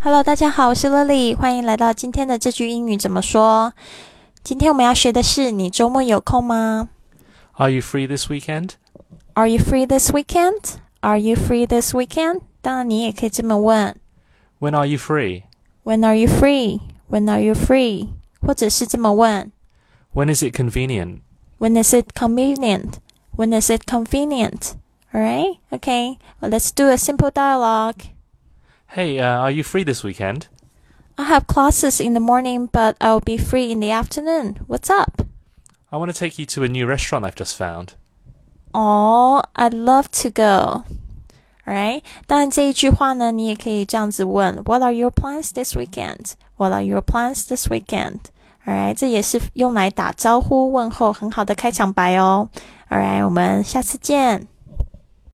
Hello，大家好，我是 Lily，欢迎来到今天的这句英语怎么说。今天我们要学的是，你周末有空吗 Are you free this weekend? ？Are you free this weekend? Are you free this weekend? 当然，你也可以这么问 When are you free? ，When are you free? When are you free? 或者是这么问 When is it convenient? ，When is it convenient? When is it convenient? All right, okay, well, let's do a simple dialogue. Hey, uh, are you free this weekend? I have classes in the morning, but I'll be free in the afternoon. What's up? I want to take you to a new restaurant I've just found. Oh, I'd love to go. Right? 当然这一句话呢，你也可以这样子问：What are your plans this weekend? What are your plans this weekend? Alright，这也是用来打招呼问候很好的开场白哦。Alright，我们下次见。